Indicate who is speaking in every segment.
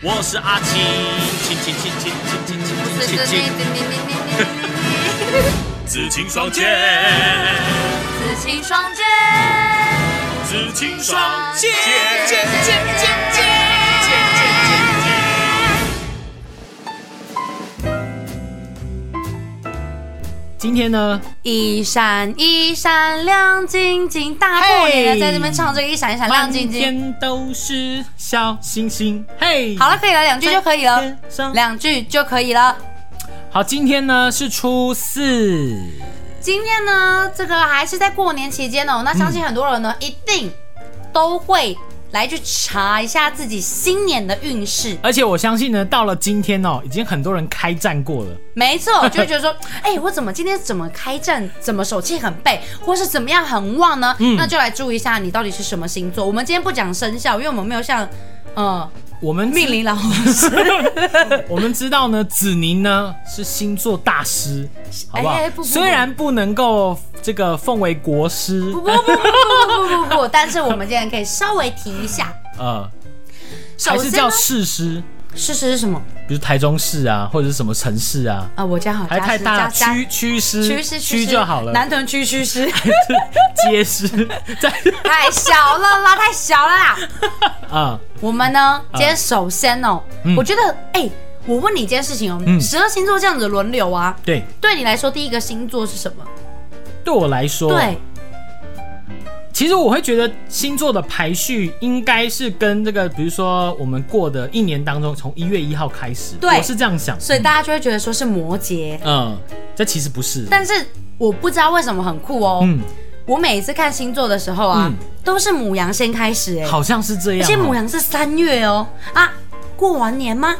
Speaker 1: 我是阿青，青青青青青青青青青青，紫青双剑，
Speaker 2: 紫青双剑，
Speaker 1: 紫青
Speaker 2: 双
Speaker 1: 双
Speaker 2: 剑
Speaker 1: 剑，
Speaker 2: 剑剑剑剑剑
Speaker 3: 今天呢，
Speaker 2: 一闪一闪亮晶晶，大过年的在这边唱这个一闪一闪亮晶
Speaker 3: 满
Speaker 2: 晶。
Speaker 3: 天都是小星星。嘿，
Speaker 2: 好了，可以了，两句就可以了
Speaker 3: 天，上
Speaker 2: 两句就可以了。
Speaker 3: 好，今天呢是初四，
Speaker 2: 今天呢，这个还是在过年期间哦，那相信很多人呢、一定都会来去查一下自己新年的运势。
Speaker 3: 而且我相信呢，到了今天哦，已经很多人开战过了。
Speaker 2: 没错，就会觉得说，哎、我怎么今天怎么开战，怎么手气很背，或是怎么样很旺呢？那就来注意一下你到底是什么星座。我们今天不讲生肖，因为我们没有像呃
Speaker 3: 我们
Speaker 2: 命理老师，
Speaker 3: 我们知道呢，子宁呢是星座大师，好不好？
Speaker 2: 哎不不不
Speaker 3: 虽然不能够这个奉为国师，
Speaker 2: 不不不不不不不不，但是我们今天可以稍微提一下。嗯
Speaker 3: 呃，
Speaker 2: 首
Speaker 3: 还是
Speaker 2: 先
Speaker 3: 叫
Speaker 2: 呢，
Speaker 3: 市师，
Speaker 2: 事实是什么
Speaker 3: 比如台中市啊，或者是什么城市啊，
Speaker 2: 啊？我家好，
Speaker 3: 还
Speaker 2: 家
Speaker 3: 太
Speaker 2: 是
Speaker 3: 大了，
Speaker 2: 家家
Speaker 3: 区区师，
Speaker 2: 区是
Speaker 3: 区
Speaker 2: 是
Speaker 3: 就好了，
Speaker 2: 南屯区区是
Speaker 3: 街师， 在
Speaker 2: 太小了啦，太小了啦。
Speaker 3: 啊、
Speaker 2: 我们呢，今天首先哦，
Speaker 3: 嗯
Speaker 2: 我觉得，哎、我问你一件事情哦，
Speaker 3: 嗯
Speaker 2: 十二星座这样子轮流啊，
Speaker 3: 对，
Speaker 2: 对你来说第一个星座是什么？
Speaker 3: 对我来说，
Speaker 2: 对，
Speaker 3: 其实我会觉得星座的排序应该是跟这个，比如说我们过的一年当中，从一月一号开始，
Speaker 2: 对
Speaker 3: 我是这样想，
Speaker 2: 所以大家就会觉得说是摩羯，
Speaker 3: 嗯，这其实不是，
Speaker 2: 但是我不知道为什么很酷哦。
Speaker 3: 嗯，
Speaker 2: 我每一次看星座的时候啊，
Speaker 3: 嗯
Speaker 2: 都是母羊先开始哎、
Speaker 3: 好像是这
Speaker 2: 而
Speaker 3: 样、
Speaker 2: 且母
Speaker 3: 哦。
Speaker 2: 羊是三月哦啊，过完年吗？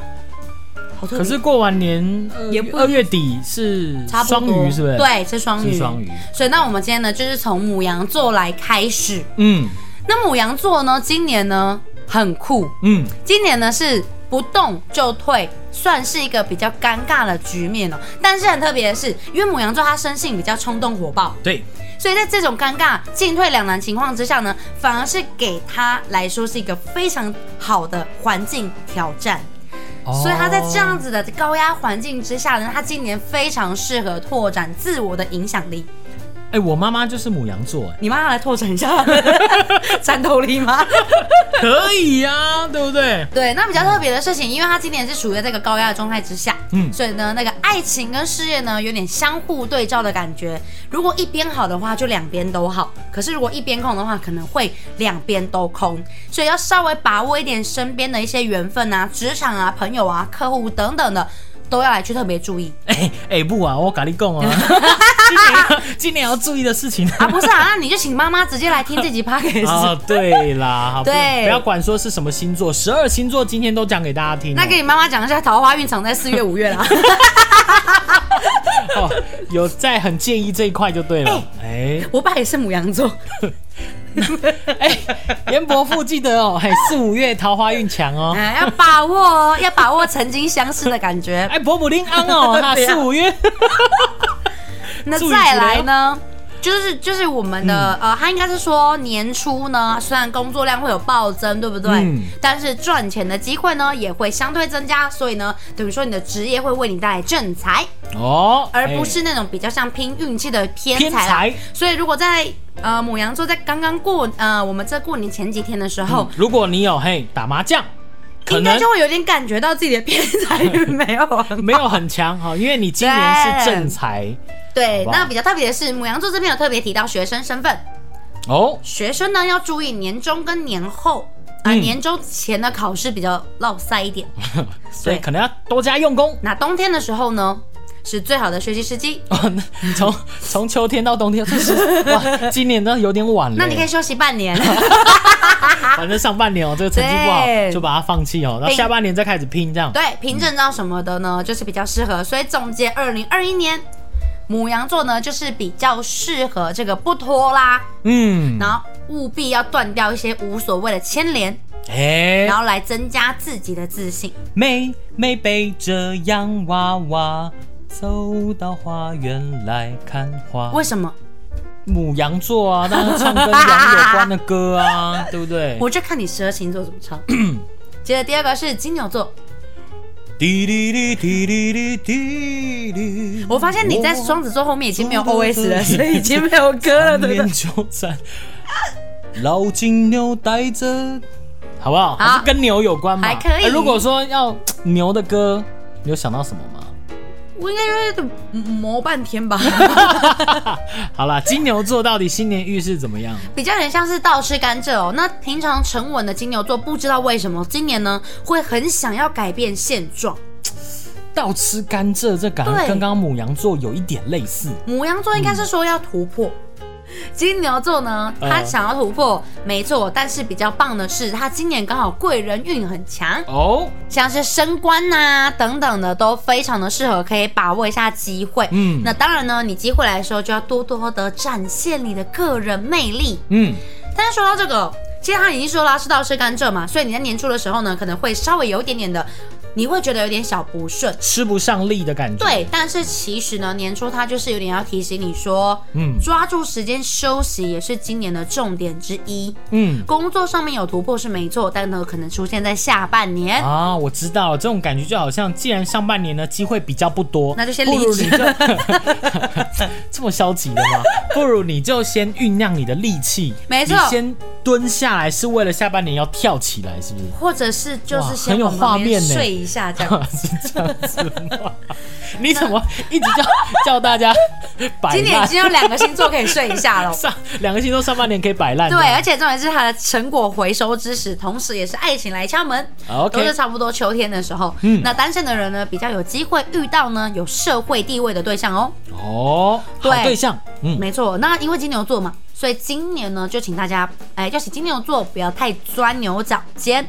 Speaker 2: 好特别
Speaker 3: 可是过完年
Speaker 2: 也
Speaker 3: 也
Speaker 2: 不
Speaker 3: 二月底是
Speaker 2: 差不多
Speaker 3: 双鱼，是不是？，
Speaker 2: 对，是双鱼。
Speaker 3: 是双鱼。
Speaker 2: 所以那我们今天呢，就是从母羊座来开始。
Speaker 3: 嗯
Speaker 2: 那母羊座呢，今年呢很酷，
Speaker 3: 嗯，
Speaker 2: 今年呢是不动就退，算是一个比较尴尬的局面哦。但是很特别的是，因为母羊座它生性比较冲动火爆，
Speaker 3: 对，
Speaker 2: 所以在这种尴尬进退两难情况之下呢，反而是给他来说是一个非常好的环境挑战。所以他在这样
Speaker 3: 子，
Speaker 2: 子的高压环境之下呢，他今年非常适合拓展自我的影响力。
Speaker 3: 哎、我妈妈就是母羊座， 哎，
Speaker 2: 你妈来拓展一下 战斗力吗？
Speaker 3: 可以呀、对不对？
Speaker 2: 对，那比较特别的事情，因为他今年是处于在这个高压的状态之下，
Speaker 3: 嗯
Speaker 2: 所以呢，那个爱情跟事业呢有点相互对照的感觉。如果一边好的话，就两边都好；可是如果一边空的话，可能会两边都空。所以要稍微把握一点身边的一些缘分啊、职场啊、朋友啊、客户等等的，都要来去特别注意
Speaker 3: 哎、哎、不啊，我跟你讲 啊，今年今年要注意的事情
Speaker 2: 啊。不是啊，那你就请妈妈直接来听这集 p o d c a s
Speaker 3: 啊，对啦，好不
Speaker 2: 对
Speaker 3: 不要管说是什么星座，十二星座今天都讲给大家听哦、
Speaker 2: 那给你妈妈讲一下，桃花运藏在四月、五月啦。
Speaker 3: 哦，有在很介意这一块就对 了。哎
Speaker 2: 我爸也是母羊座，
Speaker 3: 哎，严伯父记得哦，嘿，四五月桃花运强 哦。
Speaker 2: 哎，要把握哦，要把握曾经相识的感觉。
Speaker 3: 哎，伯母林安 哦，那
Speaker 2: 对啊
Speaker 3: 四五月，
Speaker 2: 那
Speaker 3: 注意
Speaker 2: 再
Speaker 3: 之
Speaker 2: 来
Speaker 3: 流
Speaker 2: 呢？就是就是我们的、呃，他应该是说年初呢，虽然工作量会有暴增，对不对？
Speaker 3: 嗯
Speaker 2: 但是赚钱的机会呢也会相对增加，所以呢，等于说你的职业会为你带来正财，
Speaker 3: 哦，
Speaker 2: 而不
Speaker 3: 哎
Speaker 2: 是那种比较像拼运气的偏
Speaker 3: 偏
Speaker 2: 财啦。
Speaker 3: 财。
Speaker 2: 所以如果在呃母羊座在刚刚过呃我们这过年前几天的时候，
Speaker 3: 如果你有嘿打麻将，嗯可
Speaker 2: 应该
Speaker 3: 能
Speaker 2: 就会有点感觉到自己的偏财运没有啊
Speaker 3: 没有很强哈，因为你今年是正财
Speaker 2: 对，
Speaker 3: 好吧
Speaker 2: 那比较特别的是，母羊座这边有特别提到学生身份，
Speaker 3: 哦。
Speaker 2: 学生呢要注意年中跟年后啊、
Speaker 3: 嗯
Speaker 2: 年中前的考试比较落塞一点。
Speaker 3: 所以
Speaker 2: 对
Speaker 3: 可能要多加用功
Speaker 2: 那冬天的时候呢，是最好的学习时机。
Speaker 3: 哦。那从从秋天到冬天，就是哇，今年真的有点晚了。
Speaker 2: 那你可以休息半 年，
Speaker 3: 反正上半年哦，这个成绩不好
Speaker 2: 啊对
Speaker 3: 就把它放弃哦，然后
Speaker 2: 拼
Speaker 3: 下半年再开始拼这样。
Speaker 2: 对，凭证照什么的呢，就是比较适合。所以总结二零二一年，母羊座呢就是比较适合这个不拖拉，
Speaker 3: 嗯，
Speaker 2: 然后务必要断掉一些无所谓的牵连，
Speaker 3: 哎
Speaker 2: 然，后来增加自己的自信。
Speaker 3: 妹妹背着洋娃娃走到花园来看花。
Speaker 2: 为什么？
Speaker 3: 母羊座啊，当然唱跟羊有关的歌啊，对不对？
Speaker 2: 我就看你十二星座怎么唱。接着第二个是金牛座，
Speaker 1: 滴哩哩滴哩哩滴哩。
Speaker 2: 我发现你在双子座后面已经没有 OS 了，所以已经没有歌了，对不
Speaker 3: 面
Speaker 2: 对？
Speaker 3: 纠缠，
Speaker 1: 老金牛带着
Speaker 3: 好不好？
Speaker 2: 好
Speaker 3: 还是跟牛有关嘛？
Speaker 2: 还可以
Speaker 3: 哎如果说要牛的歌，你有想到什么吗？
Speaker 2: 我应该就是磨半天吧，
Speaker 3: 好啦，金牛座到底新年运势怎么样？
Speaker 2: 比较有点像是倒吃甘蔗哦。那平常沉稳的金牛座，不知道为什么今年呢会很想要改变现状。
Speaker 3: 倒吃甘蔗，这感觉
Speaker 2: 对
Speaker 3: 跟刚刚母羊座有一点类似。
Speaker 2: 母羊座应该是说要突破。嗯啊金牛座呢，
Speaker 3: 呃
Speaker 2: 他想要突破，没错，但是比较棒的是，他今年刚好贵人运很强，
Speaker 3: 哦，
Speaker 2: 像是升官呐、等等的都非常的适合，可以把握一下机会。
Speaker 3: 嗯
Speaker 2: 那当然呢，你机会来说就要多多的展现你的个人魅力。
Speaker 3: 嗯，
Speaker 2: 但是说到这个，其实他已经说了是倒吃甘蔗嘛，所以你在年初的时候呢，可能会稍微有一点点的，你会觉得有点小不顺。
Speaker 3: 吃不上力的感觉。，
Speaker 2: 对，但是其实呢，年初他就是有点要提醒你说，
Speaker 3: 嗯
Speaker 2: 抓住时间休息也是今年的重点之一。
Speaker 3: 嗯
Speaker 2: 工作上面有突破是没错，但呢可能出现在下半年。
Speaker 3: 啊，我知道了，这种感觉就好像，既然上半年呢机会比较不多，
Speaker 2: 那就先
Speaker 3: 不如
Speaker 2: 离职
Speaker 3: 你就 这么消极的吗？不如你就先酝酿你的力气，
Speaker 2: 没错
Speaker 3: 你先蹲下来是为了下半年要跳起来，是不是？
Speaker 2: 或者是就
Speaker 3: 哇
Speaker 2: 是先
Speaker 3: 很有
Speaker 2: 往旁
Speaker 3: 画
Speaker 2: 边
Speaker 3: 面呢
Speaker 2: 睡一下 这样。
Speaker 3: 是这样子吗？你怎么一直叫叫大家摆
Speaker 2: 今年已
Speaker 3: 烂？，
Speaker 2: 经有两个星座可以睡一下了
Speaker 3: 上两个星座上半年可以摆烂，
Speaker 2: 对，而且重点是它的成果回收知识，同时也是爱情来敲门。都是
Speaker 3: ，OK，
Speaker 2: 差不多秋天的时候，
Speaker 3: 嗯
Speaker 2: 那单身的人呢，比较有机会遇到呢有社会地位的对象哦。
Speaker 3: 哦，好
Speaker 2: 对
Speaker 3: 对象，嗯，
Speaker 2: 没错，那因为金牛座嘛，所以今年呢，就请大家，哎，就请金牛座不要太钻牛角尖，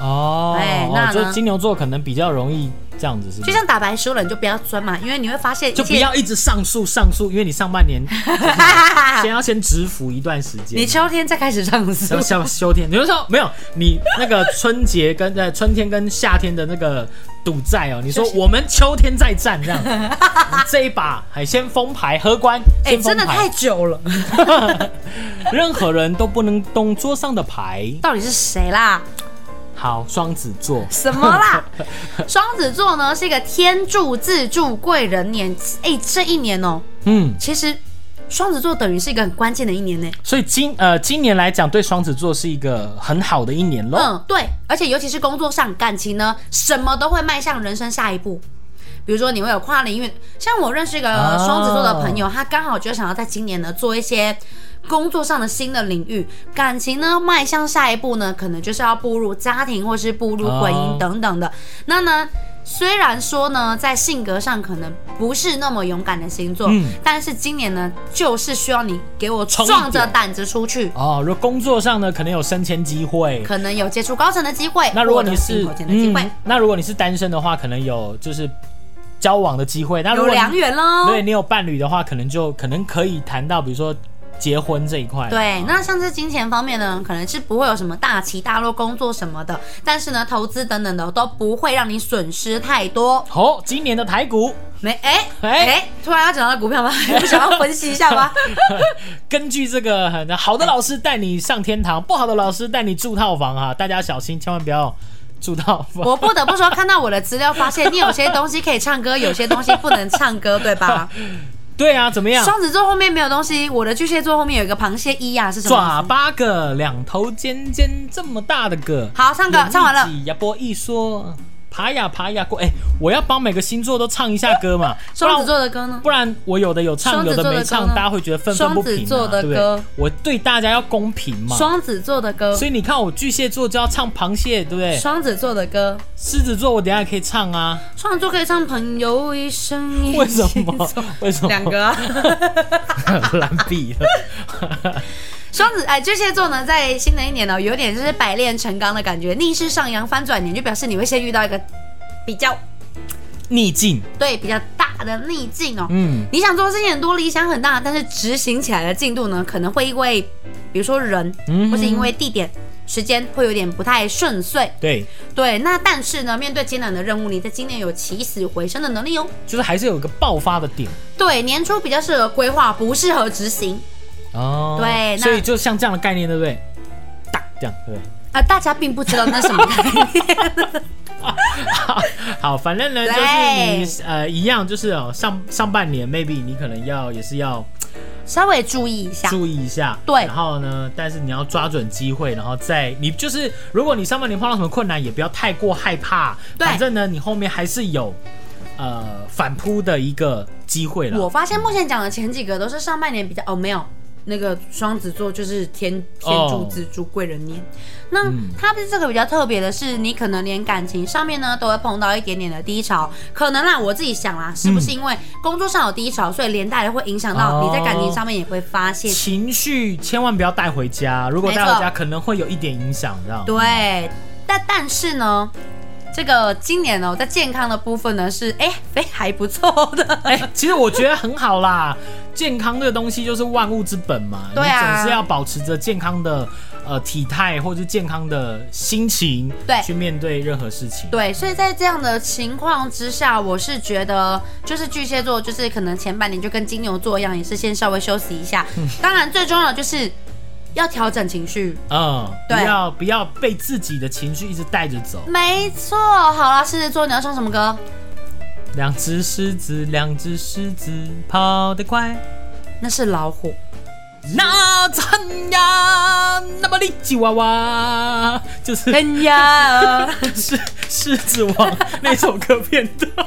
Speaker 3: 哦，
Speaker 2: 哎那
Speaker 3: 哦就
Speaker 2: 呢
Speaker 3: 金牛座可能比较容易这样子，是不？
Speaker 2: 就是像打白书了，你就不要钻嘛，因为你会发现一
Speaker 3: 就不
Speaker 2: 切，
Speaker 3: 要一直上诉上诉，因为你上半 年 先要先止服一段时间。
Speaker 2: 你秋天再开始上诉
Speaker 3: 要。休休天，你就说没有你那个春节跟呃春天跟夏天的那个赌债哦，你说我们秋天再战这样，你 这一把还先封牌喝关，
Speaker 2: 哎，
Speaker 3: 先封
Speaker 2: 真的
Speaker 3: 牌
Speaker 2: 太，久了，
Speaker 3: 任何人都不能动桌上的牌。
Speaker 2: 到底是谁啦？
Speaker 3: 好，双子座，
Speaker 2: 什么啦？双子座呢是一个天助自助贵人年，哎，这一年哦，
Speaker 3: 嗯，
Speaker 2: 其实双子座等于是一个很关键的一年呢。
Speaker 3: 所以今呃今年来讲，对双子座是一个很好的一年喽。
Speaker 2: 嗯，对，而且尤其是工作上感情呢，什么都会迈向人生下一步。比如说你会有跨领域，像我认识一个
Speaker 3: 哦
Speaker 2: 双子座的朋友，他刚好就想要在今年呢做一些工作上的新的领域，感情呢迈向下一步呢，可能就是要步入家庭或是步入婚
Speaker 3: 哦
Speaker 2: 姻等等的。那呢？虽然说呢，在性格上可能不是那么勇敢的星座，
Speaker 3: 嗯
Speaker 2: 但是今年呢，就是需要你给我
Speaker 3: 冲一
Speaker 2: 壮着
Speaker 3: 点
Speaker 2: 胆子出去，
Speaker 3: 哦，如果工作上呢，可能有升迁机会。
Speaker 2: 可能有接触高层的机会，
Speaker 3: 那如果你
Speaker 2: 或者
Speaker 3: 是嗯
Speaker 2: 进口前的机会。
Speaker 3: 那如果你是单身的话，可能有就是交往的机会。那如
Speaker 2: 有哦
Speaker 3: 果你
Speaker 2: 良缘喽。
Speaker 3: 对你有伴侣的话，可能就可能可以谈到，比如说结婚这一块。
Speaker 2: 对那像是金钱方面呢，可能是不会有什么大起大落，工作什么的，但是呢，投资等等的都不会让你损失太多。
Speaker 3: 好、今年的台 股，
Speaker 2: 没，哎
Speaker 3: 哎
Speaker 2: 哎，突然要讲到 股票吗？不想要分析一下吗？
Speaker 3: 根据这个很好的老师带你上天堂，不好的老师带你住套房啊，大家小心，千万不要住套房。
Speaker 2: 我不得不说，看到我的资料，发现你有些东西可以 唱歌，有些东西不能唱歌，对吧？
Speaker 3: 对啊，怎么样？
Speaker 2: 双子座后面没有东西，我的巨蟹座后面有一个螃蟹一呀、啊是什么
Speaker 3: 爪
Speaker 2: 意思？
Speaker 3: 八个，两头尖尖这么大的个。
Speaker 2: 好，唱歌，唱完了。
Speaker 3: 呀，波啊一说，爬呀爬呀过。哎、我要帮每个星座都唱一下歌嘛，不
Speaker 2: 双
Speaker 3: 然
Speaker 2: 子座的歌呢？
Speaker 3: 不然我有的有唱，
Speaker 2: 双
Speaker 3: 有
Speaker 2: 子座的
Speaker 3: 的没
Speaker 2: 歌
Speaker 3: 唱，
Speaker 2: 呢
Speaker 3: 大家会觉得愤愤不平、啊。
Speaker 2: 双子座的
Speaker 3: 对不
Speaker 2: 歌
Speaker 3: 对？我对大家要公平嘛。
Speaker 2: 双子座的歌
Speaker 3: 所，以你看，我巨蟹座就要唱螃蟹，对不对？
Speaker 2: 双子座的歌，
Speaker 3: 狮子座我等一下也可以唱 啊，
Speaker 2: 双子座可以唱《朋友一生一起
Speaker 3: 为什么
Speaker 2: 走》？
Speaker 3: 为什么？
Speaker 2: 两个、啊。
Speaker 3: 蓝比了。
Speaker 2: 双子哎，巨蟹座呢，在新的一年呢、哦有点就是百炼成钢的感觉，逆势上扬翻转年，就表示你会先遇到一个比较
Speaker 3: 逆境，
Speaker 2: 对比较大的逆境哦。
Speaker 3: 嗯，
Speaker 2: 你想做的事情很多，理想很大，但是执行起来的进度呢，可能会因为比如说人，
Speaker 3: 嗯
Speaker 2: 或是因为地点、时间，会有点不太顺遂。
Speaker 3: 对，
Speaker 2: 对，那但是呢，面对艰难的任务，你在今年有起死回生的能力哦。
Speaker 3: 就是还是有一个爆发的点
Speaker 2: 对，年初比较适合规划，不适合执行。
Speaker 3: 哦
Speaker 2: 对那
Speaker 3: 所以就像这样的概念，对不对？打这样对不对？
Speaker 2: 啊，大家并不知道那是什么概念。
Speaker 3: 好， 好，反正呢，就是你呃，一样，就是哦，上上半年 maybe 你可能要也是要
Speaker 2: 稍微注意一下。
Speaker 3: 注意一下，
Speaker 2: 对
Speaker 3: 然后呢，但是你要抓准机会，然后再你就是，如果你上半年碰到什么困难，也不要太过害怕，
Speaker 2: 对
Speaker 3: 反正呢，你后面还是有呃反扑的一个机会了。
Speaker 2: 我发现目前讲的前几个都是上半年比较哦，没有那个双子座就是天天
Speaker 3: 哦
Speaker 2: 柱蜘蛛贵人年。那它不是这个比较特别的是，你可能连感情上面呢都会碰到一点点的低潮，可能啦，我自己想啦，是不是因为工作上有低潮，所以连带的会影响到你在感情上面也会发现。
Speaker 3: 情绪千万不要带回家，如果带回
Speaker 2: 没
Speaker 3: 家
Speaker 2: 错
Speaker 3: 可能会有一点影响，这样。
Speaker 2: 对，但但是呢，这个今年呢，在健康的部分呢是哎哎还不错的，
Speaker 3: 哎、其实我觉得很好啦，健康这个东西就是万物之本嘛，
Speaker 2: 对啊
Speaker 3: 你总是要保持着健康的呃体态或者是健康的心情，
Speaker 2: 对
Speaker 3: 去面对任何事情。
Speaker 2: 对，所以在这样的情况之下，我是觉得就是巨蟹座，就是可能前半年就跟金牛座一样，也是先稍微休息一下。当然，最重要的就是要调整情绪。
Speaker 3: 嗯，不
Speaker 2: 对
Speaker 3: 要不要被自己的情绪一直带着走。
Speaker 2: 没错，好啦，狮子座，你要唱什么歌？
Speaker 3: 两只狮子，两只狮子跑得快，
Speaker 2: 那是老虎。
Speaker 3: 那怎呀？那么力气娃娃就是
Speaker 2: 哎呀，
Speaker 3: 是《 狮子王》那首歌片 段。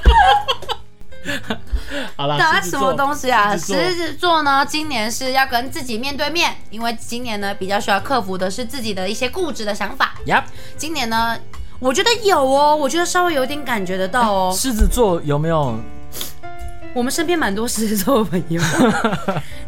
Speaker 3: 好了，
Speaker 2: 那
Speaker 3: 啊狮子
Speaker 2: 什
Speaker 3: 座
Speaker 2: 么东西啊？
Speaker 3: 狮子
Speaker 2: 狮
Speaker 3: 座
Speaker 2: 子座呢，今年是要跟自己面对面，因为今年呢比较需要克服的是自己的一些固执的想法。
Speaker 3: ？Yep，
Speaker 2: 今年呢，我觉得有哦，我觉得稍微有点感觉得到哦。
Speaker 3: 狮子座有没有？
Speaker 2: 我们身边蛮多狮子座的朋 友，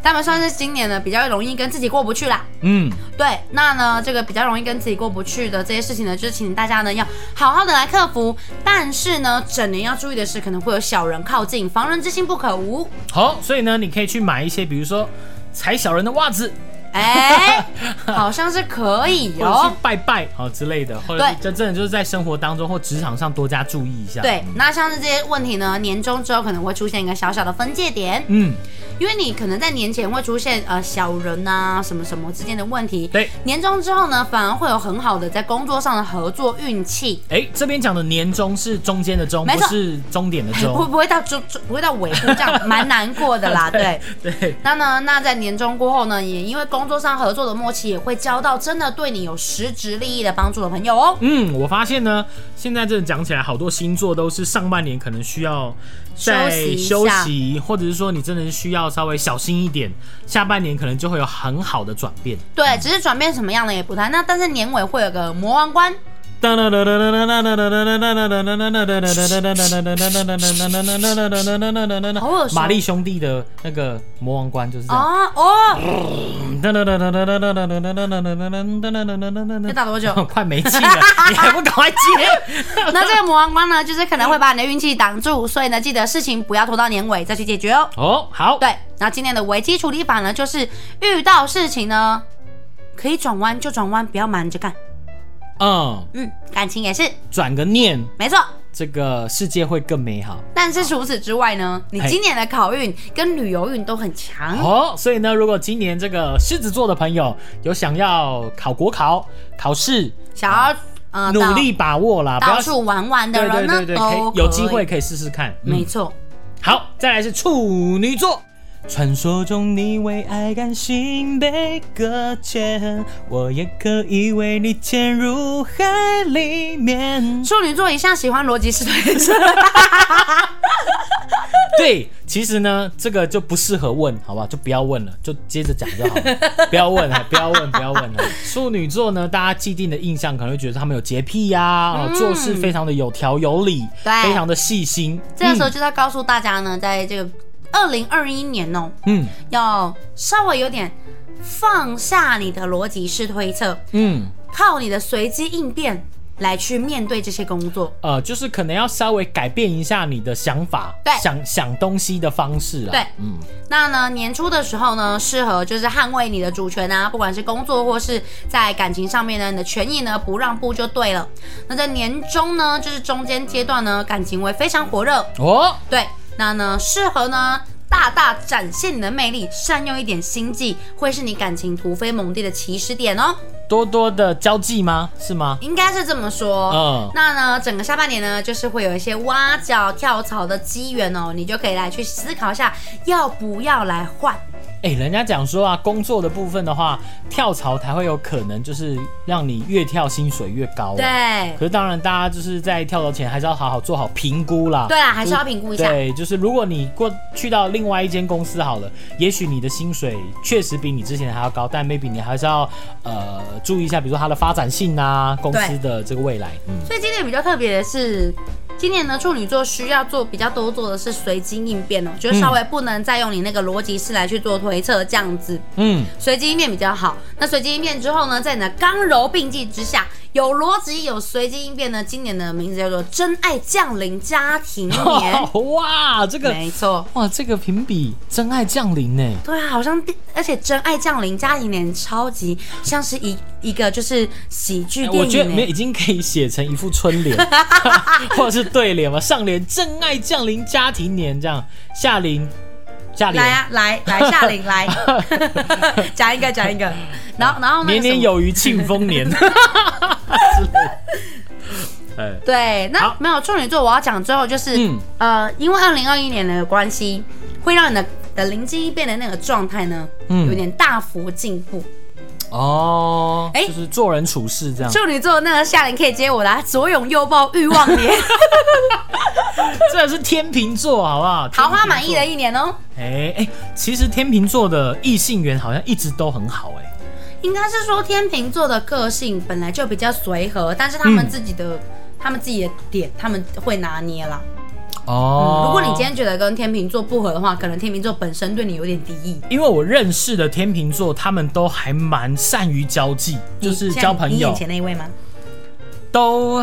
Speaker 2: 他们算是今年呢比较容易跟自己过不去啦。
Speaker 3: 嗯，
Speaker 2: 对，那呢这个比较容易跟自己过不去的这些事情呢，就是请大家呢要好好的来克服。但是呢，整年要注意的是，可能会有小人靠近，防人之心不可无。
Speaker 3: 好，所以呢，你可以去买一些，比如说踩小人的袜子，
Speaker 2: 哎、好像是可以
Speaker 3: 或者
Speaker 2: 哦
Speaker 3: 是。拜拜好之类的，或者是
Speaker 2: 对
Speaker 3: 这真的就是在生活当中或职场上多加注意一下。
Speaker 2: 对，那像是这些问题呢，年终之后可能会出现一个小小的分界点，
Speaker 3: 嗯，
Speaker 2: 因为你可能在年前会出现呃小人啊什么什么之间的问题，
Speaker 3: 对。
Speaker 2: 年终之后呢，反而会有很好的在工作上的合作运气，
Speaker 3: 哎，这边讲的年终是中间的中，
Speaker 2: 没
Speaker 3: 不
Speaker 2: 错
Speaker 3: 是终点的
Speaker 2: 不
Speaker 3: 终。
Speaker 2: 不会到中中不会到尾部这样，蛮难过的啦。对，
Speaker 3: 对，
Speaker 2: 那呢，那在年终过后呢，也因为工作上合作的默契，也会交到真的对你有实质利益的帮助的朋友哦。
Speaker 3: 嗯，我发现呢，现在这讲起来，好多星座都是上半年可能需要再
Speaker 2: 休息一
Speaker 3: 休
Speaker 2: 下
Speaker 3: 息，或者是说你真的是需要稍微小心一点，下半年可能就会有很好的转变。
Speaker 2: 对，只是转变什么样的也不太那，但是年尾会有个魔王关，
Speaker 3: 噔噔噔噔噔噔噔噔噔噔噔噔噔噔噔噔噔噔噔噔噔噔噔噔噔噔噔噔
Speaker 2: 好耳熟
Speaker 3: 玛丽兄弟的那个魔王关就是这样。
Speaker 2: 哦哦，
Speaker 3: 噔噔噔噔噔噔噔噔噔噔噔噔噔
Speaker 2: 要
Speaker 3: 噔
Speaker 2: 打多久？
Speaker 3: 噔，快没气了，你还不赶快接？
Speaker 2: 那这个魔王关呢，就是可能会把你的运气挡住，所以呢，记得事情不要拖到年尾再去解决哦。
Speaker 3: 哦，好，
Speaker 2: 对，那今天的危机处理法呢，就是遇到事情呢，可以转弯就转弯，不要瞒着干。
Speaker 3: 嗯，
Speaker 2: 嗯，感情也是，
Speaker 3: 转个念，
Speaker 2: 没错。
Speaker 3: 这个世界会更美好。
Speaker 2: 但是除此之外呢，你
Speaker 3: 哎
Speaker 2: 今年的考运跟旅游运都很强。
Speaker 3: 哦，所以呢，如果今年这个狮子座的朋友有想要考国考考试，
Speaker 2: 想要呃
Speaker 3: 努力把握啦，不
Speaker 2: 到
Speaker 3: 要
Speaker 2: 到处玩玩的
Speaker 3: 对对对
Speaker 2: 人呢，
Speaker 3: 对，可
Speaker 2: 都
Speaker 3: 以有
Speaker 2: 可
Speaker 3: 机
Speaker 2: 以
Speaker 3: 会可以试试看。
Speaker 2: 没
Speaker 3: 嗯，
Speaker 2: 错。
Speaker 3: 好，再来是处女座。传说中你为爱甘心被搁浅，我也可以为你潜入海里面。
Speaker 2: 处女座一向喜欢逻辑式推测，
Speaker 3: 对，其实呢，这个就不适合问，好吧，就不要问了，就接着讲就好 了，不要问了，不要问，不要问了。处女座呢，大家既定的印象可能会觉得他们有洁癖呀、哦做事非常的有条有理，
Speaker 2: 嗯对
Speaker 3: 非常的细心。
Speaker 2: 这个时候就是要告诉大家呢，在这个二零二一年哦，
Speaker 3: 嗯
Speaker 2: 要稍微有点放下你的逻辑式推测，
Speaker 3: 嗯，
Speaker 2: 靠你的随机应变来去面对这些工作。
Speaker 3: 呃，就是可能要稍微改变一下你的想法，
Speaker 2: 对
Speaker 3: 想想东西的方式啦。
Speaker 2: 对
Speaker 3: 嗯，
Speaker 2: 那呢，年初的时候呢，适合就是捍卫你的主权啊，不管是工作或是在感情上面呢，你的权益呢不让步就对了。那在年中呢，就是中间阶段呢，感情会非常火热，
Speaker 3: 哦，
Speaker 2: 对，那呢适合呢大大展现你的魅力，善用一点心计，会是你感情突飞猛进的起始点哦。
Speaker 3: 多多的交际吗？是吗？
Speaker 2: 应该是这么说。
Speaker 3: 嗯
Speaker 2: 那呢，整个下半年呢，就是会有一些挖角、跳槽的机缘哦，你就可以来去思考一下，要不要来换。
Speaker 3: 哎、人家讲说啊，工作的部分的话，跳槽才会有可能，就是让你越跳薪水越高、啊。
Speaker 2: 对
Speaker 3: 可，是当然，大家就是在跳槽前还是要好好做好评估啦。
Speaker 2: 对啦，还是要评估一下。
Speaker 3: 对，就是如果你过去到另外一间公司好了，也许你的薪水确实比你之前还要高，但 maybe 你还是要呃注意一下，比如说它的发展性啊，公司的这个未来。嗯，
Speaker 2: 所以今年比较特别的是，今年呢处女座需要做比较多做的是随机应变哦，就是稍微不能再用你那个逻辑式来去做推测这样子，
Speaker 3: 嗯，
Speaker 2: 随机应变比较好。那随机应变之后呢，在你的刚柔并济之下，有逻辑有随机应变呢，今年的名字叫做真爱降临家庭年，
Speaker 3: 哇，这个
Speaker 2: 没错。
Speaker 3: 哇，这个评比真爱降临呢。
Speaker 2: 对啊，好像第而且《真爱降临》家庭年超级像是一一个就是喜剧电影、
Speaker 3: 哎我觉得
Speaker 2: 欸
Speaker 3: 没已经可以写成一副春 联，或者是对联嘛，上联“真爱降临家庭年”这样，下联下联、
Speaker 2: 来啊，来来夏 琳来，讲一个讲一个，然后然后那个
Speaker 3: 年
Speaker 2: 什
Speaker 3: 年
Speaker 2: 么
Speaker 3: 有余庆丰 年 之类的。哎，
Speaker 2: 对，那
Speaker 3: 好
Speaker 2: 没有处女座，我要讲最后就是，
Speaker 3: 嗯
Speaker 2: 呃，因为二零二一年的关系，会让你的的灵机一变的那个状态呢，
Speaker 3: 嗯
Speaker 2: 有点大幅进步。
Speaker 3: 哦，
Speaker 2: 哎
Speaker 3: 就是做人处事这样，
Speaker 2: 处女座那个夏琳可以接我的、啊，左拥右抱，欲望 连，
Speaker 3: 这是天秤座好不好？
Speaker 2: 桃花
Speaker 3: 天秤座
Speaker 2: 满意的。一年哦。
Speaker 3: 哎哎，其实天秤座的异性缘好像一直都很好哎。
Speaker 2: 应该是说天秤座的个性本来就比较随和，但是他们
Speaker 3: 嗯
Speaker 2: 自己的、他们自己的点，他们会拿捏啦。
Speaker 3: 哦
Speaker 2: 如果你今天觉得跟天秤座不合的话，可能天秤座本身对你有点敌意。
Speaker 3: 因为我认识的天秤座，他们都还蛮善于交际，就是交朋
Speaker 2: 你
Speaker 3: 友
Speaker 2: 眼前那一位吗？
Speaker 3: 都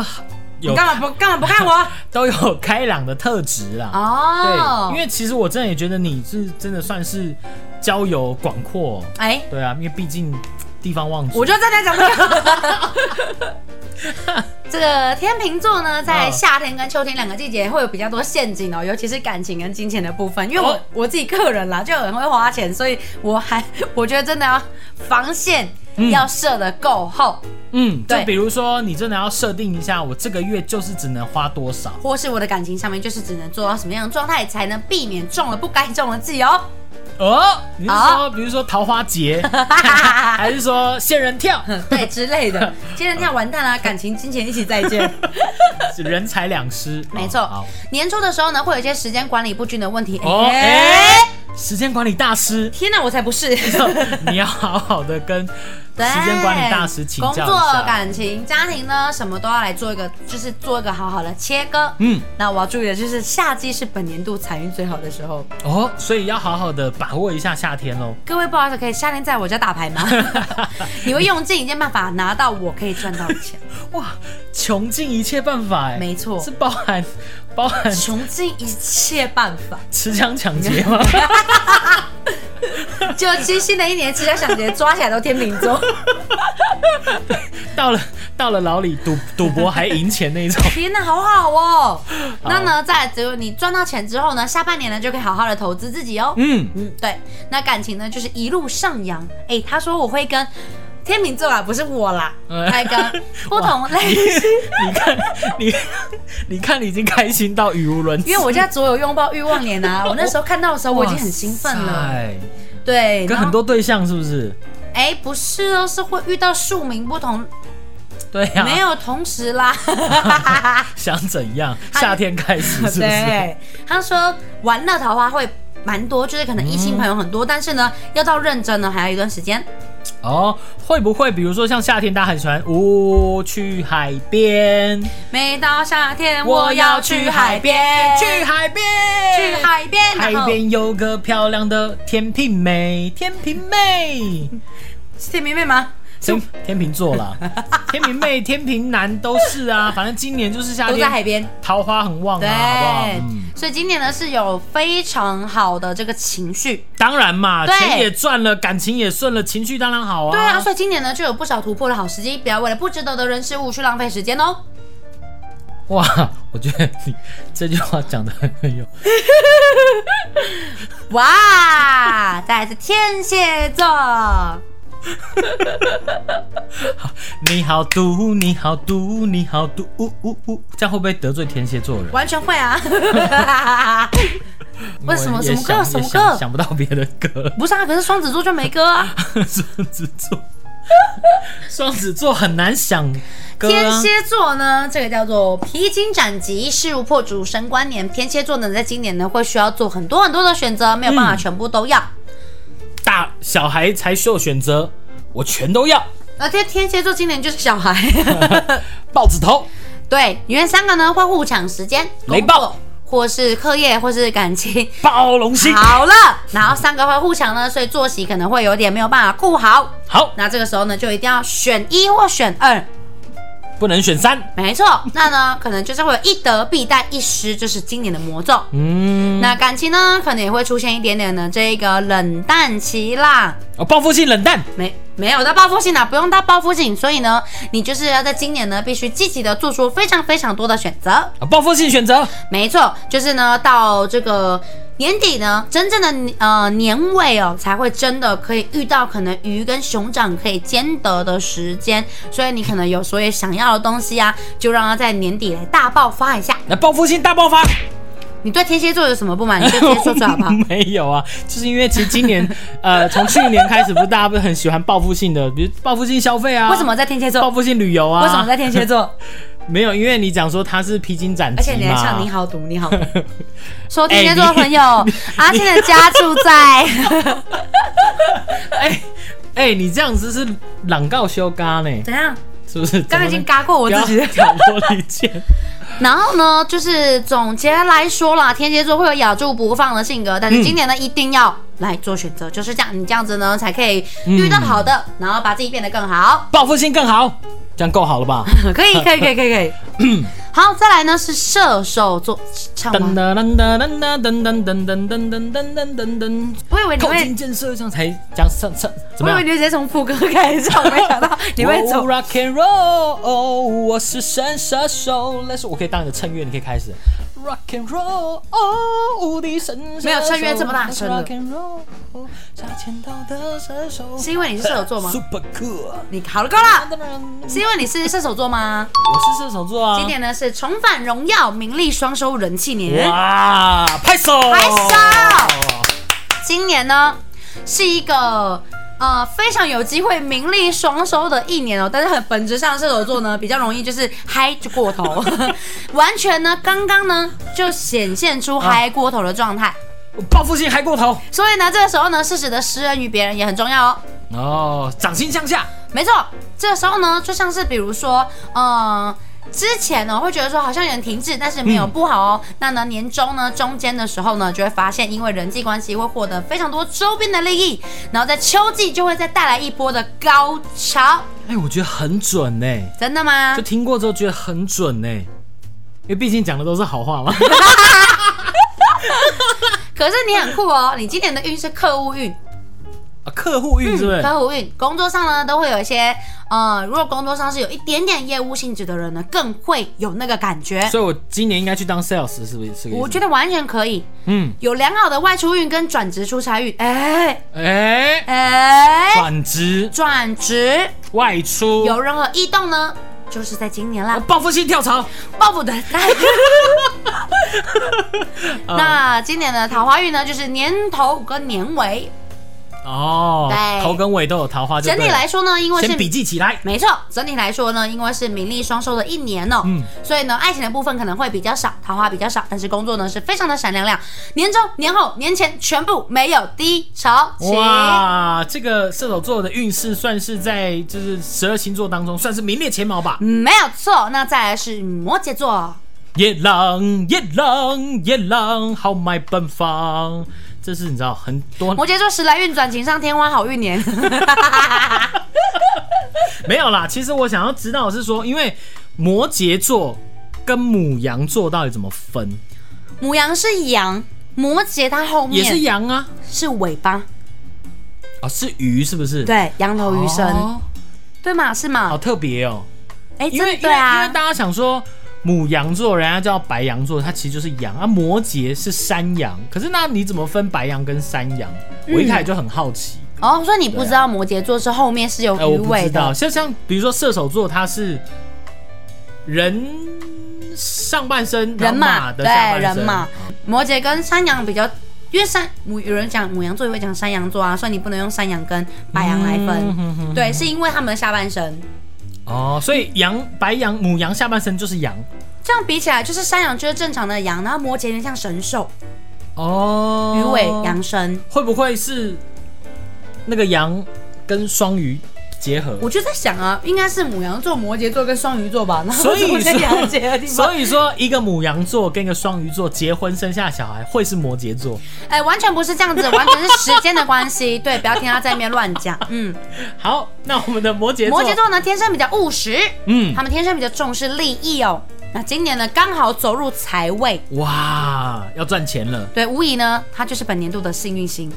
Speaker 2: 你
Speaker 3: 有
Speaker 2: 干嘛不干嘛不看我？
Speaker 3: 都有开朗的特质啦。
Speaker 2: 哦，
Speaker 3: 对，因为其实我真的也觉得你是真的算是交友广阔哦、
Speaker 2: 哎、
Speaker 3: 对啊，因为毕竟地方望族。啊
Speaker 2: 我就正在讲这个。 这个天秤座呢，在
Speaker 3: 嗯
Speaker 2: 夏天跟秋天两个季节会有比较多陷阱哦，尤其是感情跟金钱的部分。因为我、
Speaker 3: 哦
Speaker 2: 我自己个人啦，就很会花钱，所以我还 我觉得真的要防线
Speaker 3: 嗯
Speaker 2: 要设的够厚，
Speaker 3: 嗯，就
Speaker 2: 对
Speaker 3: 比如说你真的要设定一下，我这个月就是只能花多少。
Speaker 2: 或是我的感情上面就是只能做到什么样的状态，才能避免中了不该中的计哦。
Speaker 3: 哦，你是
Speaker 2: 好
Speaker 3: 说比如说桃花 节，还是说仙人跳，
Speaker 2: 对之类 的。今天要完蛋啦，感情、金钱一起再见。
Speaker 3: 人财两 失？
Speaker 2: 没
Speaker 3: 哦
Speaker 2: 错
Speaker 3: 好，
Speaker 2: 年初的时候呢，会有一些时间管理不均的问题。
Speaker 3: 哦，
Speaker 2: 哎，
Speaker 3: 哎，时间管理大师
Speaker 2: 天哪，我才不是！
Speaker 3: 你要好好的跟
Speaker 2: 对
Speaker 3: 时间管理大师请教
Speaker 2: 工
Speaker 3: 一下。
Speaker 2: 作、感情、家庭呢，什么都要来做一个，就是做一个好好的切割。
Speaker 3: 嗯，
Speaker 2: 那我要注意的就是，夏季是本年度财运最好的时候。
Speaker 3: 哦，所以要好好的把握一下夏天喽。
Speaker 2: 各位不好意思，可以夏天在我家打 牌吗？你会用尽一切办法拿到我可以赚到的钱。
Speaker 3: 哇，穷尽一切办法，哎，
Speaker 2: 没错
Speaker 3: 是包含包含
Speaker 2: 穷尽一切办法。
Speaker 3: 持枪抢劫 吗？
Speaker 2: 就其实新的一年，其实想觉抓起来都天秤座。
Speaker 3: 到了到了牢里赌赌博还赢钱那一种。
Speaker 2: 天呐，好好哦。那呢，再来只有你赚到钱之后呢，下半年呢就可以好好的投资自己哦。
Speaker 3: 嗯，
Speaker 2: 嗯，对。那感情呢，就是一路上扬。哎，他说我会跟天秤座啦，不是我啦，
Speaker 3: 嗯
Speaker 2: 来跟不同类型，
Speaker 3: 你看你 你看你已经开心到语无伦次，
Speaker 2: 因为我现在左有拥抱欲望脸啊，我那时候看到的时候我已经很兴奋
Speaker 3: 哇
Speaker 2: 了。
Speaker 3: 塞，
Speaker 2: 对，
Speaker 3: 跟
Speaker 2: 然后
Speaker 3: 很多对象是不是？
Speaker 2: 哎，不是哦，是会遇到数名不同，
Speaker 3: 对呀、
Speaker 2: 啊没有同时啦。
Speaker 3: 想怎样？夏天开 始 是不是？
Speaker 2: 对，他说玩乐桃花会蛮多，就是可能异性朋友很多，但是呢，要到认真呢还要一段时间。
Speaker 3: 哦，会不会比如说像夏天大家很喜欢哦去海边，
Speaker 2: 每到夏天，我要去海边，
Speaker 3: 去海边，
Speaker 2: 去海边，然
Speaker 3: 海
Speaker 2: 后
Speaker 3: 边有个漂亮的天秤妹，天秤妹，
Speaker 2: 是天明妹吗？
Speaker 3: 天天秤座 啦，天秤妹、天秤男都是啊，反正今年就是夏
Speaker 2: 都在海
Speaker 3: 天，
Speaker 2: 边。
Speaker 3: 桃花很旺
Speaker 2: 对，
Speaker 3: 啊，好不好？嗯，
Speaker 2: 所以今年呢是有非常好的这个情绪，
Speaker 3: 当然嘛，
Speaker 2: 对
Speaker 3: 钱也赚了，感情也顺了，情绪当然好啊。
Speaker 2: 对啊，所以今年呢就有不少突破的好时机，不要为了不值得的人事物去浪费时间哦。
Speaker 3: 哇，我觉得你这句话讲的很有，
Speaker 2: 哇，再来是天蝎座，
Speaker 3: 你好毒，你好毒，你好毒，呜呜呜，这样会不会得罪天蝎座人？
Speaker 2: 完全会啊！ 为什么
Speaker 3: 我也
Speaker 2: 什么歌
Speaker 3: 想
Speaker 2: 什么
Speaker 3: 也想
Speaker 2: 歌
Speaker 3: 想不到别的歌 了。
Speaker 2: 不是啊，可是双子座就 没歌啊。
Speaker 3: 双子 座，双子座很难想歌
Speaker 2: 天
Speaker 3: 啊。
Speaker 2: 蝎座呢，这个叫做披荆斩棘、势如破竹、升官年。天蝎座呢，在今年呢会需要做很多很多的选择，没有办法全部都要。
Speaker 3: 大小孩才需要选择，我全都要。
Speaker 2: 而且天蝎座今年就是小孩，嗯
Speaker 3: 豹子头，
Speaker 2: 对，你们三个呢会互抢时间，
Speaker 3: 雷
Speaker 2: 工作
Speaker 3: 暴，
Speaker 2: 或是课业，或是感 情。
Speaker 3: 包容心。
Speaker 2: 好了，然后三个会互抢呢，所以作息可能会有点没有办法顾好。
Speaker 3: 好，
Speaker 2: 那这个时候呢，就一定要选一或选二，
Speaker 3: 不能选三。
Speaker 2: 没错。那呢，可能就是会有一得必带一失，这是今年的魔咒。
Speaker 3: 嗯，
Speaker 2: 那感情呢，可能也会出现一点点的这个冷淡期啦，
Speaker 3: 哦，报复性冷淡。
Speaker 2: 没没有到报复性啦，不用到报复性，所以呢，你就是要在今年呢，必须积极的做出非常非常多的选择。
Speaker 3: 啊，报复性选择，
Speaker 2: 没错，就是呢，到这个年底呢，真正的呃年尾哦，才会真的可以遇到可能鱼跟熊掌可以兼得的时间，所以你可能有所以想要的东西啊，就让它在年底来大爆发一下。
Speaker 3: 那报复性大爆 发，
Speaker 2: 你对天蝎座有什么不满？你就直接说出来好不好？
Speaker 3: 没有啊，就是因为其实今年， 呃，从去年开始，不是大家不是很喜欢报复性的，比如报复性消费啊，
Speaker 2: 为什么在天蝎座
Speaker 3: 报？复性旅游啊？
Speaker 2: 为什么在天蝎 座？
Speaker 3: 没有？因为你讲说他是披荆斩棘
Speaker 2: 而且你还
Speaker 3: 嘛
Speaker 2: 唱你好毒，你好毒，说天蝎座的朋友， 阿庆的家住在，，
Speaker 3: 哎哎、你这样子是朗告修嘎呢
Speaker 2: 怎样？
Speaker 3: 是不是？
Speaker 2: 刚刚已经嘎过我
Speaker 3: 我
Speaker 2: 自己了。
Speaker 3: 挑拨离 间。
Speaker 2: 然后呢，就是总结来说啦，天蝎座会有咬住不放的性格，但是今年呢，一定要来做选择，就是这样，你这样子呢，才可以遇到好的，然后把自己变得更好。
Speaker 3: 报复性更好，这样够好了吧？
Speaker 2: 可以，可以，可以，可以，可以。 好，再来呢是射手座，唱
Speaker 3: 噔
Speaker 2: 吗？
Speaker 3: 噔噔噔噔噔噔噔噔噔噔噔噔噔，
Speaker 2: 我以哎为你
Speaker 3: 扣
Speaker 2: 会
Speaker 3: 进，建设上才讲上上怎
Speaker 2: 我
Speaker 3: 么
Speaker 2: 以
Speaker 3: 样
Speaker 2: 为？你会直接从副歌开始唱，没想到你会
Speaker 3: Oh,
Speaker 2: 走。
Speaker 3: rock and roll，、我是神射手。但是我可以当你的衬乐，你可以开始。Rock and roll，哦，无敌神射手。
Speaker 2: 没有衬乐这么大声的
Speaker 3: 我是 Rock and roll，哦杀千刀的射手。
Speaker 2: 是因为你是射手座吗？
Speaker 3: Super cool。
Speaker 2: 你好了，够了。
Speaker 3: 当然，我
Speaker 2: 是因为你是射手座吗？
Speaker 3: 是射手座啊。
Speaker 2: 今年呢是重返荣耀，名利双收，人气年。
Speaker 3: 哇，拍手，
Speaker 2: 拍手。今年呢是一个呃非常有机会名利双收的一年哦，但是很本质上射手座呢比较容易就是嗨就过头，完全呢刚刚呢就显现出嗨过头的状态，
Speaker 3: 报复性还过头。
Speaker 2: 所以呢这个时候呢适时的施恩于别人也很重要哦。
Speaker 3: 哦，掌心向下。
Speaker 2: 没错，这个时候呢，就像是比如说，呃，之前呢会觉得说好像有点停滞，但是没有不好哦。
Speaker 3: 嗯
Speaker 2: 那呢年终呢中间的时候呢，就会发现因为人际关系会获得非常多周边的利益，然后在秋季就会再带来一波的高潮。
Speaker 3: 哎、我觉得很准呢、
Speaker 2: 真的吗
Speaker 3: 就？听过之后觉得很准呢、因为毕竟讲的都是好话嘛。
Speaker 2: 可是你很酷 哦，你今年的运是客户运，嗯
Speaker 3: 啊，客户运是不是？
Speaker 2: 客户运，工作上呢都会有一些，呃，如果工作上是有一点点业务性质的人呢，更会有那个感觉。
Speaker 3: 所以我今年应该去当 sales，是不是？是这个意思吗
Speaker 2: 我觉，得完全可以，
Speaker 3: 嗯，
Speaker 2: 有良好的外出运跟转职出差运，哎、
Speaker 3: 哎、
Speaker 2: 哎，
Speaker 3: 转职
Speaker 2: 转职
Speaker 3: 外出，
Speaker 2: 有任何异动呢？哦就是在今年啦，
Speaker 3: 报复性跳槽，
Speaker 2: 报复的代。 那今年的桃花运呢，就是年头跟年尾。
Speaker 3: 哦
Speaker 2: 对，
Speaker 3: 头跟尾都有桃花就
Speaker 2: 整
Speaker 3: 对了，
Speaker 2: 体来说呢，因为是
Speaker 3: 先笔记起来。
Speaker 2: 没错，整体来说呢，因为是名利双收的一年哦、
Speaker 3: 嗯
Speaker 2: 所以呢，爱情的部分可能会比较少，桃花比较少，但是工作呢是非常的闪亮亮，年终、年后、年前全部没有低潮期。
Speaker 3: 哇，这个射手座的运势算是在就是十二星座当中算是名列前茅吧。
Speaker 2: 没有错，那再来是摩羯座，
Speaker 3: 野狼，野狼，野狼，豪迈奔放。这是你知道很多
Speaker 2: 摩羯座时来运转，锦上添花，好运年。
Speaker 3: 没有啦。其实我想要知道的是说，因为摩羯座跟母羊座到底怎么分？
Speaker 2: 母羊是羊，摩羯它后
Speaker 3: 也是
Speaker 2: 面
Speaker 3: 羊啊，
Speaker 2: 是尾巴，
Speaker 3: 啊、是鱼是不是？，
Speaker 2: 对，羊头鱼身，
Speaker 3: 哦、
Speaker 2: 对吗？是吗
Speaker 3: 好？特别哦。
Speaker 2: 哎、
Speaker 3: 因为
Speaker 2: 真的
Speaker 3: 因
Speaker 2: 对
Speaker 3: 为因
Speaker 2: 啊
Speaker 3: 为，大家想说母羊座人家叫白羊座，它其实就是羊啊。摩羯是山羊，可是那你怎么分白羊跟山羊？
Speaker 2: 嗯
Speaker 3: 我一开始就很好奇。
Speaker 2: 哦，所以你不知道摩羯座是后面是有
Speaker 3: 啊哎、我
Speaker 2: 鱼
Speaker 3: 不知
Speaker 2: 尾
Speaker 3: 道，
Speaker 2: 的，
Speaker 3: 像像比如说射手座，它是人上半身，然
Speaker 2: 人
Speaker 3: 后
Speaker 2: 马
Speaker 3: 的下
Speaker 2: 对
Speaker 3: 半身，
Speaker 2: 人马。摩羯跟山羊比较，因为山母有人讲母羊座也会讲山羊座啊，所以你不能用山羊跟白羊来分。
Speaker 3: 嗯
Speaker 2: 对，是因为他们的下半身，
Speaker 3: 哦，所以羊白羊母羊下半身就是羊
Speaker 2: 这样比起来就是山羊就是正常的羊，然后摩羯有点像神兽，
Speaker 3: 哦，
Speaker 2: 鱼尾羊身。
Speaker 3: 会不会是那个羊跟双鱼结合？
Speaker 2: 我就在想啊，应该是母羊座、摩羯座跟双鱼座吧，然后
Speaker 3: 所以
Speaker 2: 中间
Speaker 3: 说
Speaker 2: 羊结合地方
Speaker 3: 所，以说，一个母羊座跟一个双鱼座结婚生下小孩，会是摩羯座。
Speaker 2: 哎、完全不是这样子，完全是时间的关系。对，不要听他在那边乱讲。嗯，
Speaker 3: 好，那我们的摩羯座，
Speaker 2: 摩羯，座呢天生比较务实，
Speaker 3: 嗯，
Speaker 2: 他们天生比较重视利益哦。那今年呢刚好走入财位，
Speaker 3: 哇，要赚钱了，
Speaker 2: 对，无疑呢他就是本年度的幸运星，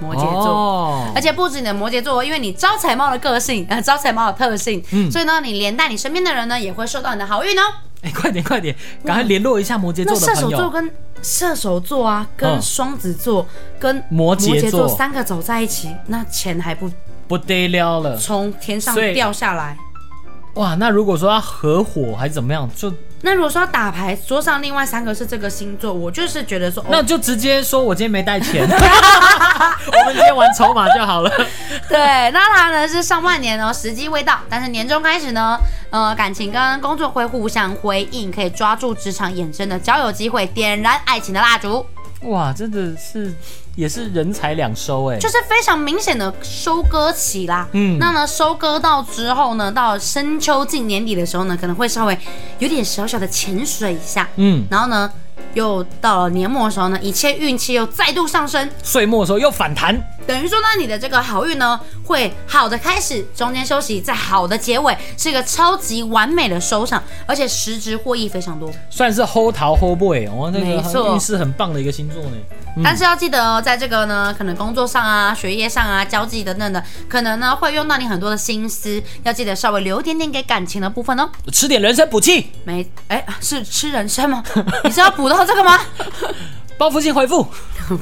Speaker 2: 摩羯座。
Speaker 3: 哦
Speaker 2: 而且不止你的摩羯座，因为你招财猫的个性，呃，招财猫的特性，
Speaker 3: 嗯
Speaker 2: 所以呢，你连带你身边的人呢，也会受到你的好运哦。
Speaker 3: 哎、快点快点，赶快联络一下摩羯
Speaker 2: 那
Speaker 3: 座
Speaker 2: 射
Speaker 3: 的
Speaker 2: 手
Speaker 3: 朋
Speaker 2: 座
Speaker 3: 友。
Speaker 2: 跟射手座啊，跟
Speaker 3: 嗯
Speaker 2: 双子座、跟
Speaker 3: 摩羯
Speaker 2: 羯
Speaker 3: 座
Speaker 2: 三个走在一起，那钱还不
Speaker 3: 不得了了，
Speaker 2: 从天上
Speaker 3: 所以
Speaker 2: 掉下来？
Speaker 3: 哇！那如果说要合伙还是怎么样，就
Speaker 2: 那如果说要打牌，桌上另外三个是这个星座，我就是觉得说，
Speaker 3: 那
Speaker 2: 哦，
Speaker 3: 就直接说我今天没带 钱，我们今天玩筹码就好了。
Speaker 2: 对，那它呢是上半年哦，时机未到，但是年终开始呢，呃，感情跟工作会互相回应，可以抓住职场衍生的交友机会，点燃爱情的蜡烛，
Speaker 3: 哇，真的是也是人财两收哎、
Speaker 2: 就是非常明显的收割期啦。
Speaker 3: 嗯
Speaker 2: 那呢，收割到之后呢，到深秋近年底的时候呢，可能会稍微有点小小的潜水一下，
Speaker 3: 嗯，
Speaker 2: 然后呢，又到了年末的时候呢，一切运气又再度上升，
Speaker 3: 岁末的时候又反弹，
Speaker 2: 等于说呢，你的这个好运呢，会好的开始，中间休息，在好的结尾，是一个超级完美的收场，而且实质获益非常多。
Speaker 3: 算是后桃后 boy，哦，那
Speaker 2: 没错
Speaker 3: 个运势很棒的一个星座呢。
Speaker 2: 但是要记得哦，在这个呢，可能工作上啊、学业上啊、交际等等的，可能呢会用到你很多的心思，要记得稍微留一点点给感情的部分哦。
Speaker 3: 吃点人参补气，
Speaker 2: 没，哎，是吃人参吗？你是要补到这个吗？
Speaker 3: 报复性回复。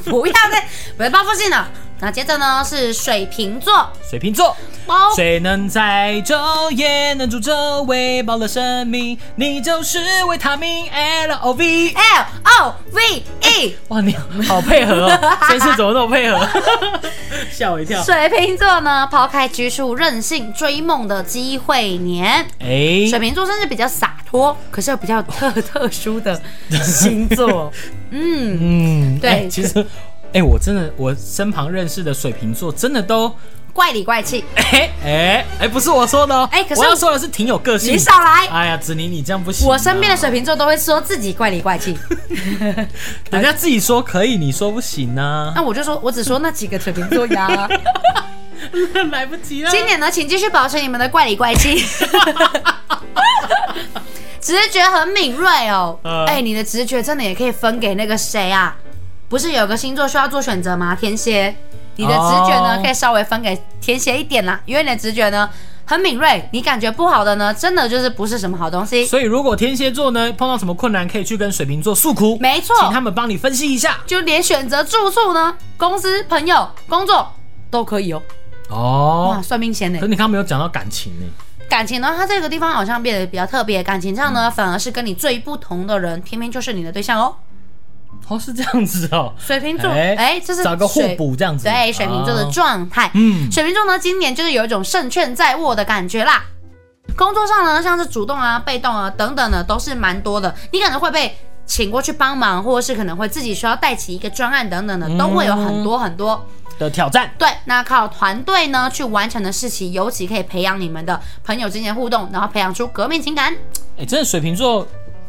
Speaker 2: 不要再，不要报复性了。那接着呢是水瓶座，
Speaker 3: 水瓶座，
Speaker 2: 包
Speaker 3: 谁能在昼夜能助纣喂饱了生命，你就是维他命 L O V。
Speaker 2: L O V E。
Speaker 3: 哇，你好配合 哦！这次怎么那么配 合？吓我一跳。
Speaker 2: 水瓶座呢，抛开拘束、任性、追梦的机会年。
Speaker 3: 哎、
Speaker 2: 水瓶座真是比较洒脱，可是又比较特特殊的星座。嗯，
Speaker 3: 嗯，
Speaker 2: 对
Speaker 3: 哎其实，哎、我真的，我身旁认识的水瓶座真的都，
Speaker 2: 怪里怪气。
Speaker 3: 哎哎哎，不是我说的哦，
Speaker 2: 哎可是
Speaker 3: 我要说的是挺有个性。
Speaker 2: 你少来
Speaker 3: 哎呀，子宁，你这样不行啊、
Speaker 2: 我身边的水瓶座都会说自己怪里怪气，
Speaker 3: 啊人家自己说可以，你说不行啊呢、
Speaker 2: 那我就说，我只说那几个水瓶座 呀。
Speaker 3: 来不及了
Speaker 2: 今年呢，请继续保持你们的怪里怪 气。直觉很敏锐哦，哎、
Speaker 3: 嗯
Speaker 2: 你的直觉真的也可以分给那个谁啊？不是有个星座需要做选择吗？天蝎，你的直觉呢、
Speaker 3: 哦
Speaker 2: 可以稍微分给天蝎一点啦，因为你的直觉呢很敏锐，你感觉不好的呢，真的就是不是什么好东西。
Speaker 3: 所以，如果天蝎座呢碰到什么困难，可以去跟水瓶座诉苦，
Speaker 2: 没错
Speaker 3: 请他们帮你分析一下。
Speaker 2: 就连选择住宿呢，公司、朋友、工作都可以哦。哇，
Speaker 3: 哦，
Speaker 2: 算命先呢
Speaker 3: 可是。你刚刚没有讲到感情呢。
Speaker 2: 感情呢，它这个地方好像变得比较特别，感情上
Speaker 3: 嗯
Speaker 2: 呢，反而是跟你最不同的人，偏偏就是你的对象哦。
Speaker 3: 哦，是这样子哦。
Speaker 2: 水瓶座，
Speaker 3: 哎
Speaker 2: 哎、这是
Speaker 3: 找个互
Speaker 2: 水
Speaker 3: 补这样子
Speaker 2: 对，水瓶座的
Speaker 3: 哦
Speaker 2: 状态。
Speaker 3: 嗯
Speaker 2: 水瓶座呢，今年就是有一种胜券在握的感觉啦。工作上呢，像是主动啊、被动啊等等的，都是蛮多的。你可能会被请过去帮忙，或者是可能会自己需要带起一个专案等等
Speaker 3: 嗯
Speaker 2: 的，都会有很多很多。
Speaker 3: 的挑战，
Speaker 2: 对，那靠团队呢去完成的事情，尤其可以培养你们的朋友之间的互动，然后培养出革命情感。
Speaker 3: 哎，真的水瓶座，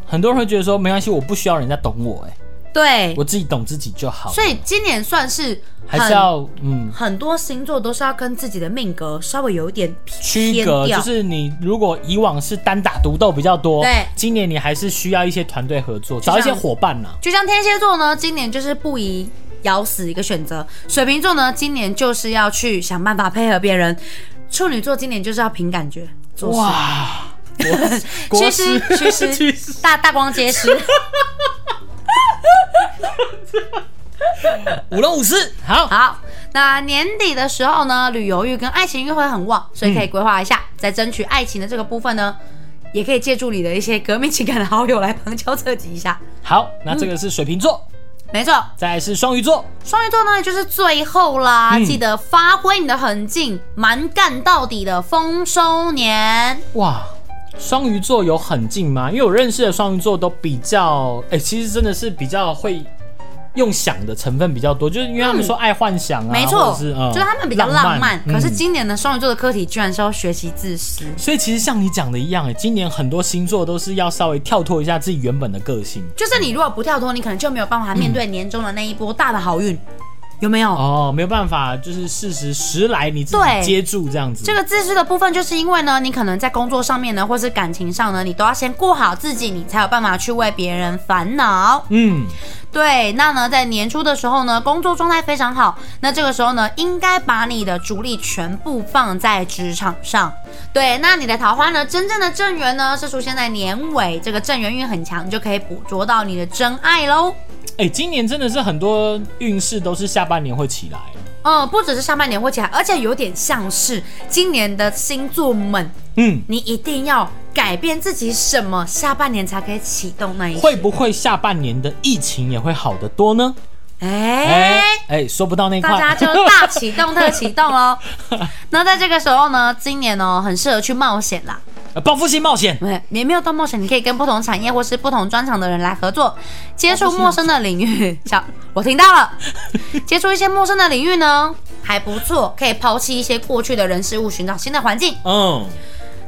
Speaker 3: 很多人会觉得说没关系，我不需要人家懂我，哎，
Speaker 2: 对，
Speaker 3: 我自己懂自己就好。
Speaker 2: 所以今年算是
Speaker 3: 还
Speaker 2: 很
Speaker 3: 是要嗯
Speaker 2: 很多星座都是要跟自己的命格稍微有一点
Speaker 3: 区
Speaker 2: 偏
Speaker 3: 隔，
Speaker 2: 掉，
Speaker 3: 就是你如果以往是单打独斗比较多，
Speaker 2: 对
Speaker 3: 今年你还是需要一些团队合作，
Speaker 2: 像
Speaker 3: 找一些伙伴呐。
Speaker 2: 就像天蝎座呢，今年就是不宜咬死一个选择；水瓶座呢，今年就是要去想办法配合别人；处女座今年就是要凭感觉做事。
Speaker 3: 哇，国
Speaker 2: 祛
Speaker 3: 国
Speaker 2: 湿
Speaker 3: 师
Speaker 2: 祛 湿
Speaker 3: 祛湿
Speaker 2: 大大光结石，
Speaker 3: 舞龙舞狮，好，
Speaker 2: 好，那年底的时候呢，旅游欲跟爱情欲会很旺，所以可以规划一下，在争取爱情的这个部分呢，也可以借助你的一些革命情感的好友来旁敲侧击一下。
Speaker 3: 好，那这个是水瓶座，
Speaker 2: 没错，
Speaker 3: 再来是双鱼座，
Speaker 2: 双鱼座呢就是最后啦，
Speaker 3: 嗯
Speaker 2: 记得发挥你的狠劲，蛮干到底的丰收年。
Speaker 3: 哇。双鱼座有很近吗？因为我认识的双鱼座都比较，哎、其实真的是比较会用想的成分比较多，就是因为他们说爱幻想啊，
Speaker 2: 嗯没
Speaker 3: 或
Speaker 2: 错，
Speaker 3: 者是、嗯、
Speaker 2: 就是他们比较浪漫。可是
Speaker 3: 嗯
Speaker 2: 今年的双鱼座的课题居然是要学习自私。
Speaker 3: 所以其实像你讲的一样，哎，今年很多星座都是要稍微跳脱一下自己原本的个性。
Speaker 2: 就是你如果不跳脱，你可能就没有办法面对年终的那一波大的好运，有没有？
Speaker 3: 哦，没有办法，就是事实时来你自
Speaker 2: 对
Speaker 3: 己接住这样子。
Speaker 2: 这个自私的部分，就是因为呢，你可能在工作上面呢，或是感情上呢，你都要先过好自己，你才有办法去为别人烦恼。
Speaker 3: 嗯，
Speaker 2: 对，那呢，在年初的时候呢，工作状态非常好，那这个时候呢，应该把你的主力全部放在职场上。对，那你的桃花呢，真正的正缘呢，是出现在年尾，这个正缘运很强，你就可以捕捉到你的真爱喽。
Speaker 3: 哎、今年真的是很多运势都是下半年会起来。
Speaker 2: 嗯，不只是上半年会起来，而且有点像是今年的星座们，
Speaker 3: 嗯，
Speaker 2: 你一定要改变自己什么，下半年才可以启动那一
Speaker 3: 会不会下半年的疫情也会好得多呢？
Speaker 2: 哎。
Speaker 3: 哎、哎、说不到那块，
Speaker 2: 大家就大启动特启动喽。那在这个时候呢，今年哦很适合去冒险啦。
Speaker 3: 呃报复性冒险。
Speaker 2: 对，你没有到冒险，你可以跟不同产业或是不同专长的人来合作，接触陌生的 领域。小，我听到了，接触一些陌生的领域呢还不错，可以抛弃一些过去的人事物，寻找新的环境。
Speaker 3: 嗯，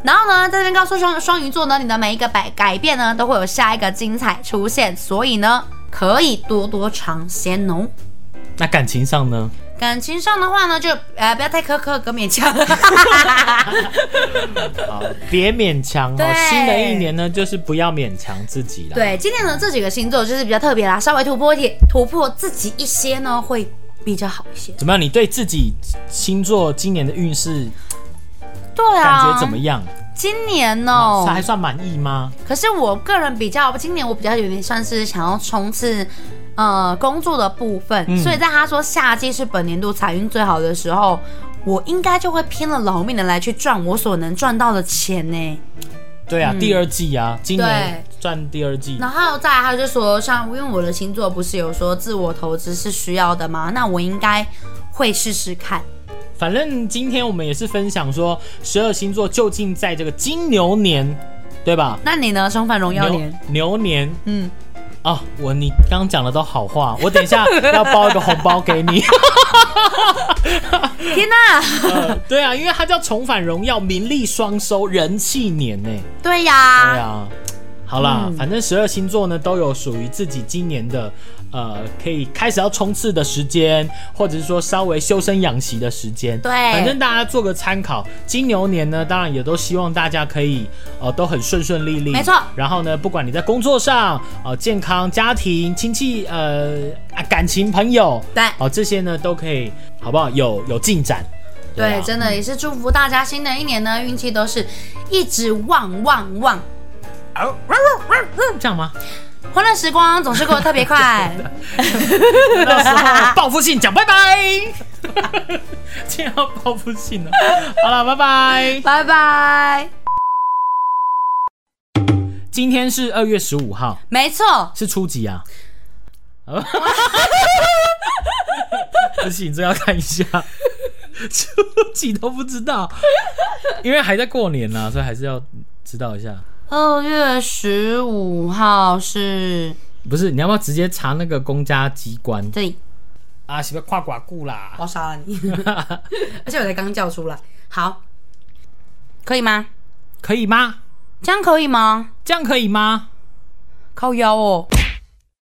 Speaker 2: 然后呢，在这边告诉双双鱼座呢，你的每一个改改变呢，都会有下一个精彩出现，所以呢，可以多多尝鲜哦。
Speaker 3: 那感情上呢？
Speaker 2: 感情上的话呢，就呃不要太苛刻，跟勉强。
Speaker 3: 好，别勉强哦。
Speaker 2: 对
Speaker 3: 新的一年呢，就是不要勉强自己啦。，
Speaker 2: 对，今天呢这几个星座就是比较特别啦，稍微突破一点，突破自己一些呢，会比较好一些。
Speaker 3: 怎么样？你对自己星座今年的运势
Speaker 2: 对
Speaker 3: 感
Speaker 2: 啊，
Speaker 3: 觉怎么？样？
Speaker 2: 今年
Speaker 3: 哦，还
Speaker 2: 哦，
Speaker 3: 算满意吗？
Speaker 2: 可是我个人比较，今年我比较有点算是想要冲刺。呃，工作的部分，
Speaker 3: 嗯
Speaker 2: 所以在他说夏季是本年度财运最好的时候，我应该就会拼了老命的来去赚我所能赚到的钱呢。
Speaker 3: 对啊，第二季啊，今年
Speaker 2: 嗯对
Speaker 3: 赚第二季。
Speaker 2: 然后再来，他就说，像因为我的星座不是有说自我投资是需要的吗？那我应该会试试看。
Speaker 3: 反正今天我们也是分享说，十二星座究竟在这个金牛年，对吧？
Speaker 2: 那你呢？重返荣耀年，
Speaker 3: 牛牛年
Speaker 2: 嗯，
Speaker 3: 啊，我你刚刚讲的都好话，我等一下要包一个红包给 你。
Speaker 2: 天哪，
Speaker 3: 呃对啊，因为它叫重返荣耀，名利双收，人气年呢、
Speaker 2: 对呀，
Speaker 3: 对啊，好啦，
Speaker 2: 嗯
Speaker 3: 反正十二星座呢都有属于自己今年的，呃，可以开始要冲刺的时间，或者是说稍微修身养息的时间。
Speaker 2: 对
Speaker 3: 反正大家做个参考。金牛年呢，当然也都希望大家可以，呃，都很顺顺利利。
Speaker 2: 没错
Speaker 3: 然后呢，不管你在工作上，呃，健康、家庭、亲戚，呃，啊感情、朋友，
Speaker 2: 对
Speaker 3: 哦、这些呢都可以，好不好？有有进展。啊
Speaker 2: 对，真的也是祝福大家新的一年呢，运气都是一直旺旺旺。
Speaker 3: 这样吗？
Speaker 2: 欢乐时光总是过得特别 快，
Speaker 3: 到时候报复性讲拜拜。 竟然要报复性了，好了，拜拜。
Speaker 2: 拜拜。
Speaker 3: 今天是二月十五号，
Speaker 2: 没错，
Speaker 3: 是初几啊？ 不行，这要看一下，初几都不知道，因为还在过年啦，所以还是要知道一下。
Speaker 2: 二月十五号是
Speaker 3: 不是，你要不要直接查那个公家机关
Speaker 2: 这里，
Speaker 3: 啊？是不是跨寡顾啦？
Speaker 2: 我要杀了你， 而且我才刚叫出来，好，可以吗？
Speaker 3: 可以吗？
Speaker 2: 这样可以吗？
Speaker 3: 这样可以吗？
Speaker 2: 靠腰哦。